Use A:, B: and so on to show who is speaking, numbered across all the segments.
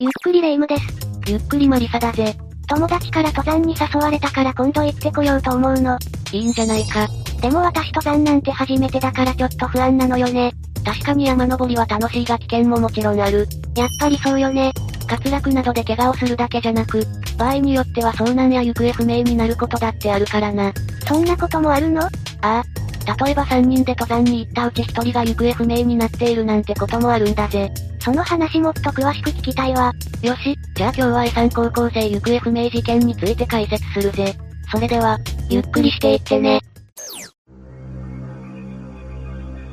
A: ゆっくりレ夢ムです。
B: ゆっくりマリサだぜ。
A: 友達から登山に誘われたから今度行ってこようと思うの。
B: いいんじゃないか。
A: でも私登山なんて初めてだからちょっと不安なのよね。
B: 確かに山登りは楽しいが危険ももちろんある。
A: やっぱりそうよね。
B: 滑落などで怪我をするだけじゃなく、場合によっては遭難や行方不明になることだってあるからな。
A: そんなこともあるの
B: ああ。例えば3人で登山に行ったうち1人が行方不明になっているなんてこともあるんだぜ。
A: その話もっと詳しく聞きたいわ。
B: よし、じゃあ今日は A さん高校生行方不明事件について解説するぜ。それでは、ゆっくりしていってね。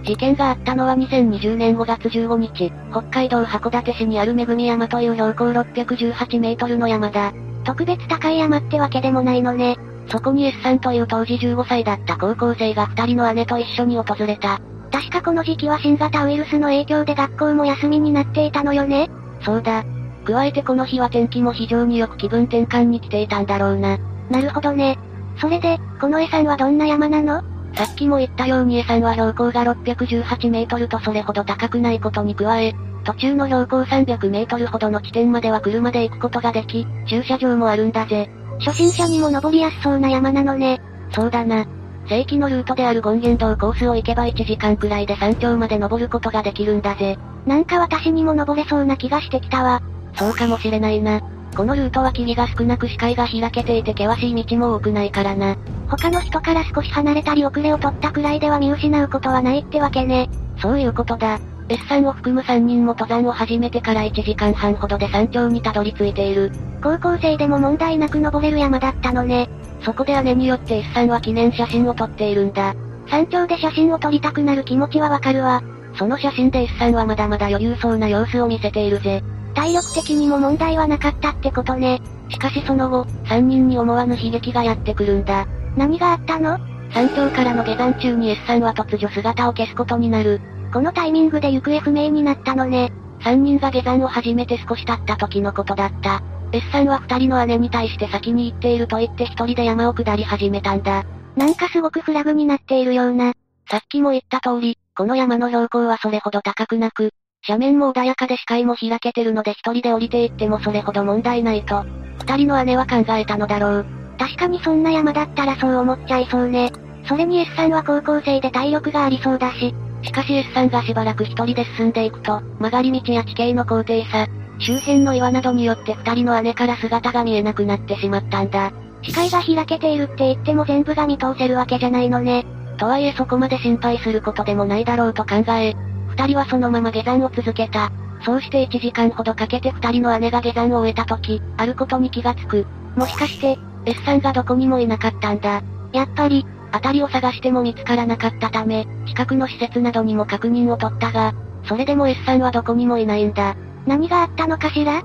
B: 事件があったのは2020年5月15日、北海道函館市にある恵山という標高618メートルの山だ。
A: 特別高い山ってわけでもないのね。
B: そこに S さんという当時15歳だった高校生が2人の姉と一緒に訪れた。
A: 確かこの時期は新型ウイルスの影響で学校も休みになっていたのよね。
B: そうだ。加えてこの日は天気も非常によく気分転換に来ていたんだろうな。
A: なるほどね。それで、この A さんはどんな山なの
B: さっきも言ったように A さんは標高が618メートルとそれほど高くないことに加え、途中の標高300メートルほどの地点までは車で行くことができ、駐車場もあるんだぜ。
A: 初心者にも登りやすそうな山なのね。
B: そうだな。正規のルートである権現道コースを行けば1時間くらいで山頂まで登ることができるんだぜ。
A: なんか私にも登れそうな気がしてきたわ。
B: そうかもしれないな。このルートは霧が少なく視界が開けていて険しい道も多くないからな。
A: 他の人から少し離れたり遅れを取ったくらいでは見失うことはないってわけね。
B: そういうことだ。S さんを含む3人も登山を始めてから1時間半ほどで山頂にたどり着いている。
A: 高校生でも問題なく登れる山だったのね。
B: そこで姉によって S さんは記念写真を撮っているんだ。
A: 山頂で写真を撮りたくなる気持ちはわかるわ。
B: その写真で S さんはまだまだ余裕そうな様子を見せているぜ。
A: 体力的にも問題はなかったってことね。
B: しかしその後、3人に思わぬ悲劇がやってくるんだ。
A: 何があったの
B: 山頂からの下山中に S さんは突如姿を消すことになる。
A: このタイミングで行方不明になったのね。
B: 3人が下山を始めて少し経った時のことだった。S さんは2人の姉に対して先に行っていると言って1人で山を下り始めたんだ。
A: なんかすごくフラグになっているような。
B: さっきも言った通り、この山の標高はそれほど高くなく、斜面も穏やかで視界も開けてるので一人で降りていってもそれほど問題ないと、二人の姉は考えたのだろう。
A: 確かにそんな山だったらそう思っちゃいそうね。それに S さんは高校生で体力がありそうだし、
B: しかし S さんがしばらく一人で進んでいくと、曲がり道や地形の高低差、周辺の岩などによって二人の姉から姿が見えなくなってしまったんだ。
A: 視界が開けているって言っても全部が見通せるわけじゃないのね。
B: とはいえそこまで心配することでもないだろうと考え、二人はそのまま下山を続けた。そうして1時間ほどかけて二人の姉が下山を終えた時、あることに気がつく。
A: もしかして、
B: S さんがどこにもいなかったんだ。
A: やっぱり、
B: 辺りを探しても見つからなかったため、近くの施設などにも確認を取ったが、それでも S さんはどこにもいないんだ。
A: 何があったのかしら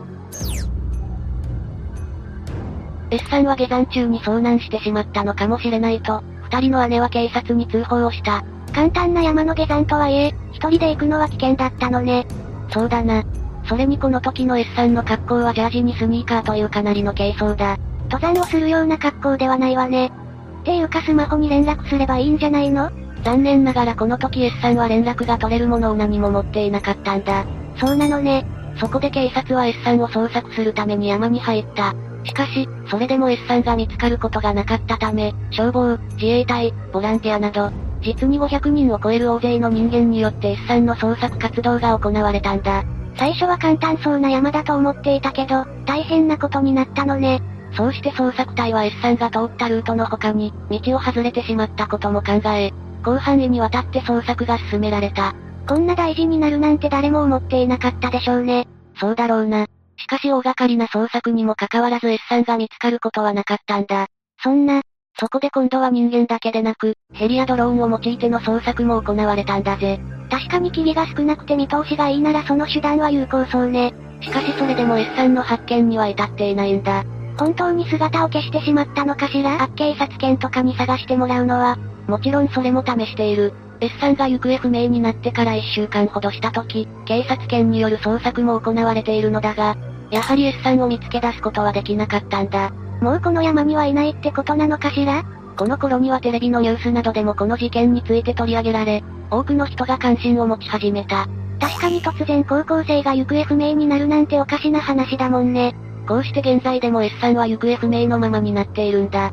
B: S さんは下山中に遭難してしまったのかもしれないと、二人の姉は警察に通報をした。
A: 簡単な山の下山とはいえ、一人で行くのは危険だったのね。
B: そうだな。それにこの時の S さんの格好はジャージにスニーカーというかなりの軽装だ。
A: 登山をするような格好ではないわね。っていうかスマホに連絡すればいいんじゃないの
B: 残念ながらこの時 S さんは連絡が取れるものを何も持っていなかったんだ。
A: そうなのね。
B: そこで警察は S さんを捜索するために山に入った。しかし、それでも S さんが見つかることがなかったため、消防、自衛隊、ボランティアなど、実に500人を超える大勢の人間によって S さんの捜索活動が行われたんだ。
A: 最初は簡単そうな山だと思っていたけど、大変なことになったのね。
B: そうして捜索隊は S さんが通ったルートの他に、道を外れてしまったことも考え、広範囲にわたって捜索が進められた。
A: こんな大事になるなんて誰も思っていなかったでしょうね。
B: そうだろうな。しかし大掛かりな捜索にもかかわらず S さんが見つかることはなかったんだ。
A: そんな、
B: そこで今度は人間だけでなく、ヘリやドローンを用いての捜索も行われたんだぜ。
A: 確かに霧が少なくて見通しがいいならその手段は有効そうね。
B: しかしそれでも S さんの発見には至っていないんだ。
A: 本当に姿を消してしまったのかしらあ警察犬とかに探してもらうのは、
B: もちろんそれも試している。S さんが行方不明になってから1週間ほどした時、警察犬による捜索も行われているのだが、やはり S さんを見つけ出すことはできなかったんだ。
A: もうこの山にはいないってことなのかしら
B: この頃にはテレビのニュースなどでもこの事件について取り上げられ、多くの人が関心を持ち始めた。
A: 確かに突然高校生が行方不明になるなんておかしな話だもんね。
B: こうして現在でも S さんは行方不明のままになっているんだ。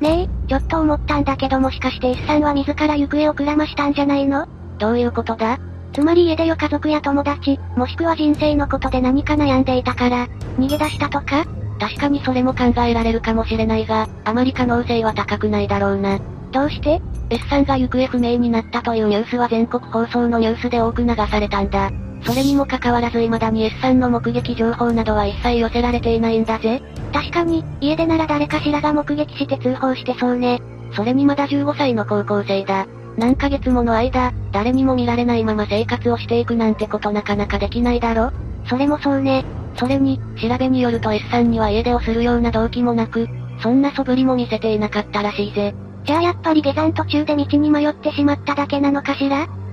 A: ねえ、ちょっと思ったんだけどもしかして S さんは自ら行方をくらましたんじゃないの
B: どういうことだ
A: つまり家出よ家族や友達、もしくは人生のことで何か悩んでいたから、逃げ出したとか
B: 確かにそれも考えられるかもしれないが、あまり可能性は高くないだろうな。
A: どうして
B: ?S さんが行方不明になったというニュースは全国放送のニュースで多く流されたんだ。それにもかかわらず未だに S さんの目撃情報などは一切寄せられていないんだぜ。
A: 確かに、家出なら誰かしらが目撃して通報してそうね。
B: それにまだ15歳の高校生だ。何ヶ月もの間、誰にも見られないまま生活をしていくなんてことなかなかできないだろ
A: それもそうね。
B: それに、調べによると S さんには家出をするような動機もなく、そんな素振りも見せていなかったらしいぜ。
A: じゃあやっぱり下山途中で道に迷ってしまっただけなのかしらん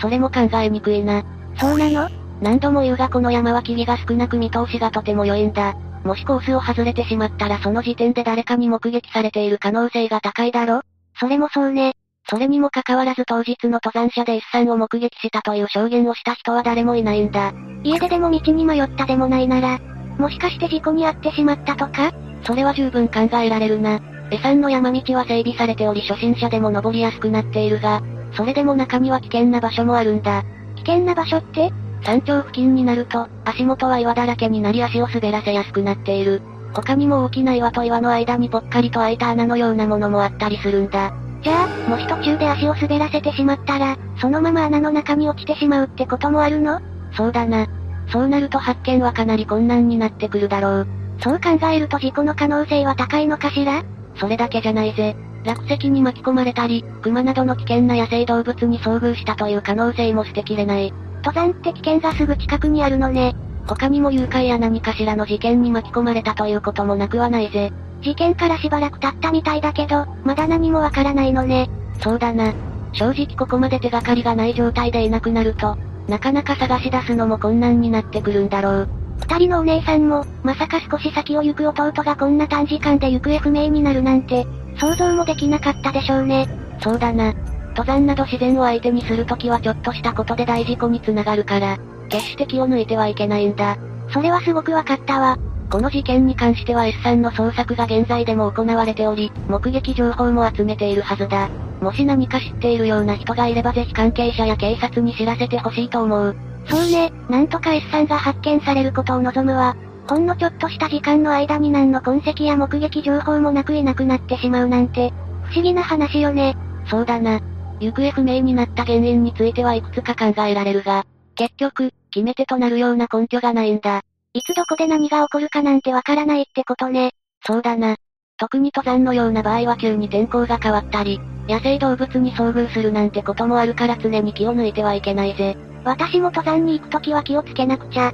B: それも考えにくいな。
A: そうなの
B: 何度も言うがこの山は霧が少なく見通しがとても良いんだ。もしコースを外れてしまったらその時点で誰かに目撃されている可能性が高いだろ
A: それもそうね。
B: それにもかかわらず当日の登山者で S さんを目撃したという証言をした人は誰もいないんだ。
A: 家出でも道に迷ったでもないなら、もしかして事故に遭ってしまったとか
B: それは十分考えられるな。S さんの山道は整備されており初心者でも登りやすくなっているが、それでも中には危険な場所もあるんだ。
A: 危険な場所って
B: 山頂付近になると、足元は岩だらけになり足を滑らせやすくなっている。他にも大きな岩と岩の間にぽっかりと開いた穴のようなものもあったりするんだ。
A: じゃあ、もし途中で足を滑らせてしまったら、そのまま穴の中に落ちてしまうってこともあるの
B: そうだな。そうなると発見はかなり困難になってくるだろう。
A: そう考えると事故の可能性は高いのかしら
B: それだけじゃないぜ。落石に巻き込まれたり、熊などの危険な野生動物に遭遇したという可能性も捨てきれない。
A: 登山って危険がすぐ近くにあるのね。
B: 他にも誘拐や何かしらの事件に巻き込まれたということもなくはないぜ。
A: 事件からしばらく経ったみたいだけど、まだ何もわからないのね。
B: そうだな。正直ここまで手がかりがない状態でいなくなると、なかなか探し出すのも困難になってくるんだろう。
A: 二人のお姉さんも、まさか少し先を行く弟がこんな短時間で行方不明になるなんて、想像もできなかったでしょうね。
B: そうだな。登山など自然を相手にするときはちょっとしたことで大事故につながるから、決して気を抜いてはいけないんだ。
A: それはすごくわかったわ。
B: この事件に関しては S さんの捜索が現在でも行われており、目撃情報も集めているはずだ。もし何か知っているような人がいればぜひ関係者や警察に知らせてほしいと思う。
A: そうね、なんとか S さんが発見されることを望むわ。ほんのちょっとした時間の間に何の痕跡や目撃情報もなくいなくなってしまうなんて、不思議な話よね。
B: そうだな。行方不明になった原因についてはいくつか考えられるが、結局、決め手となるような根拠がないんだ。
A: いつどこで何が起こるかなんてわからないってことね。
B: そうだな。特に登山のような場合は急に天候が変わったり、野生動物に遭遇するなんてこともあるから常に気を抜いてはいけないぜ。
A: 私も登山に行くときは気をつけなくちゃ。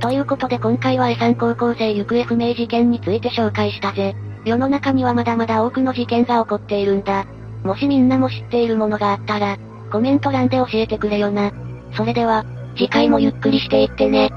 B: ということで今回は A さん高校生行方不明事件について紹介したぜ。世の中にはまだまだ多くの事件が起こっているんだ。もしみんなも知っているものがあったら、コメント欄で教えてくれよな。それでは、
A: 次回もゆっくりしていってね。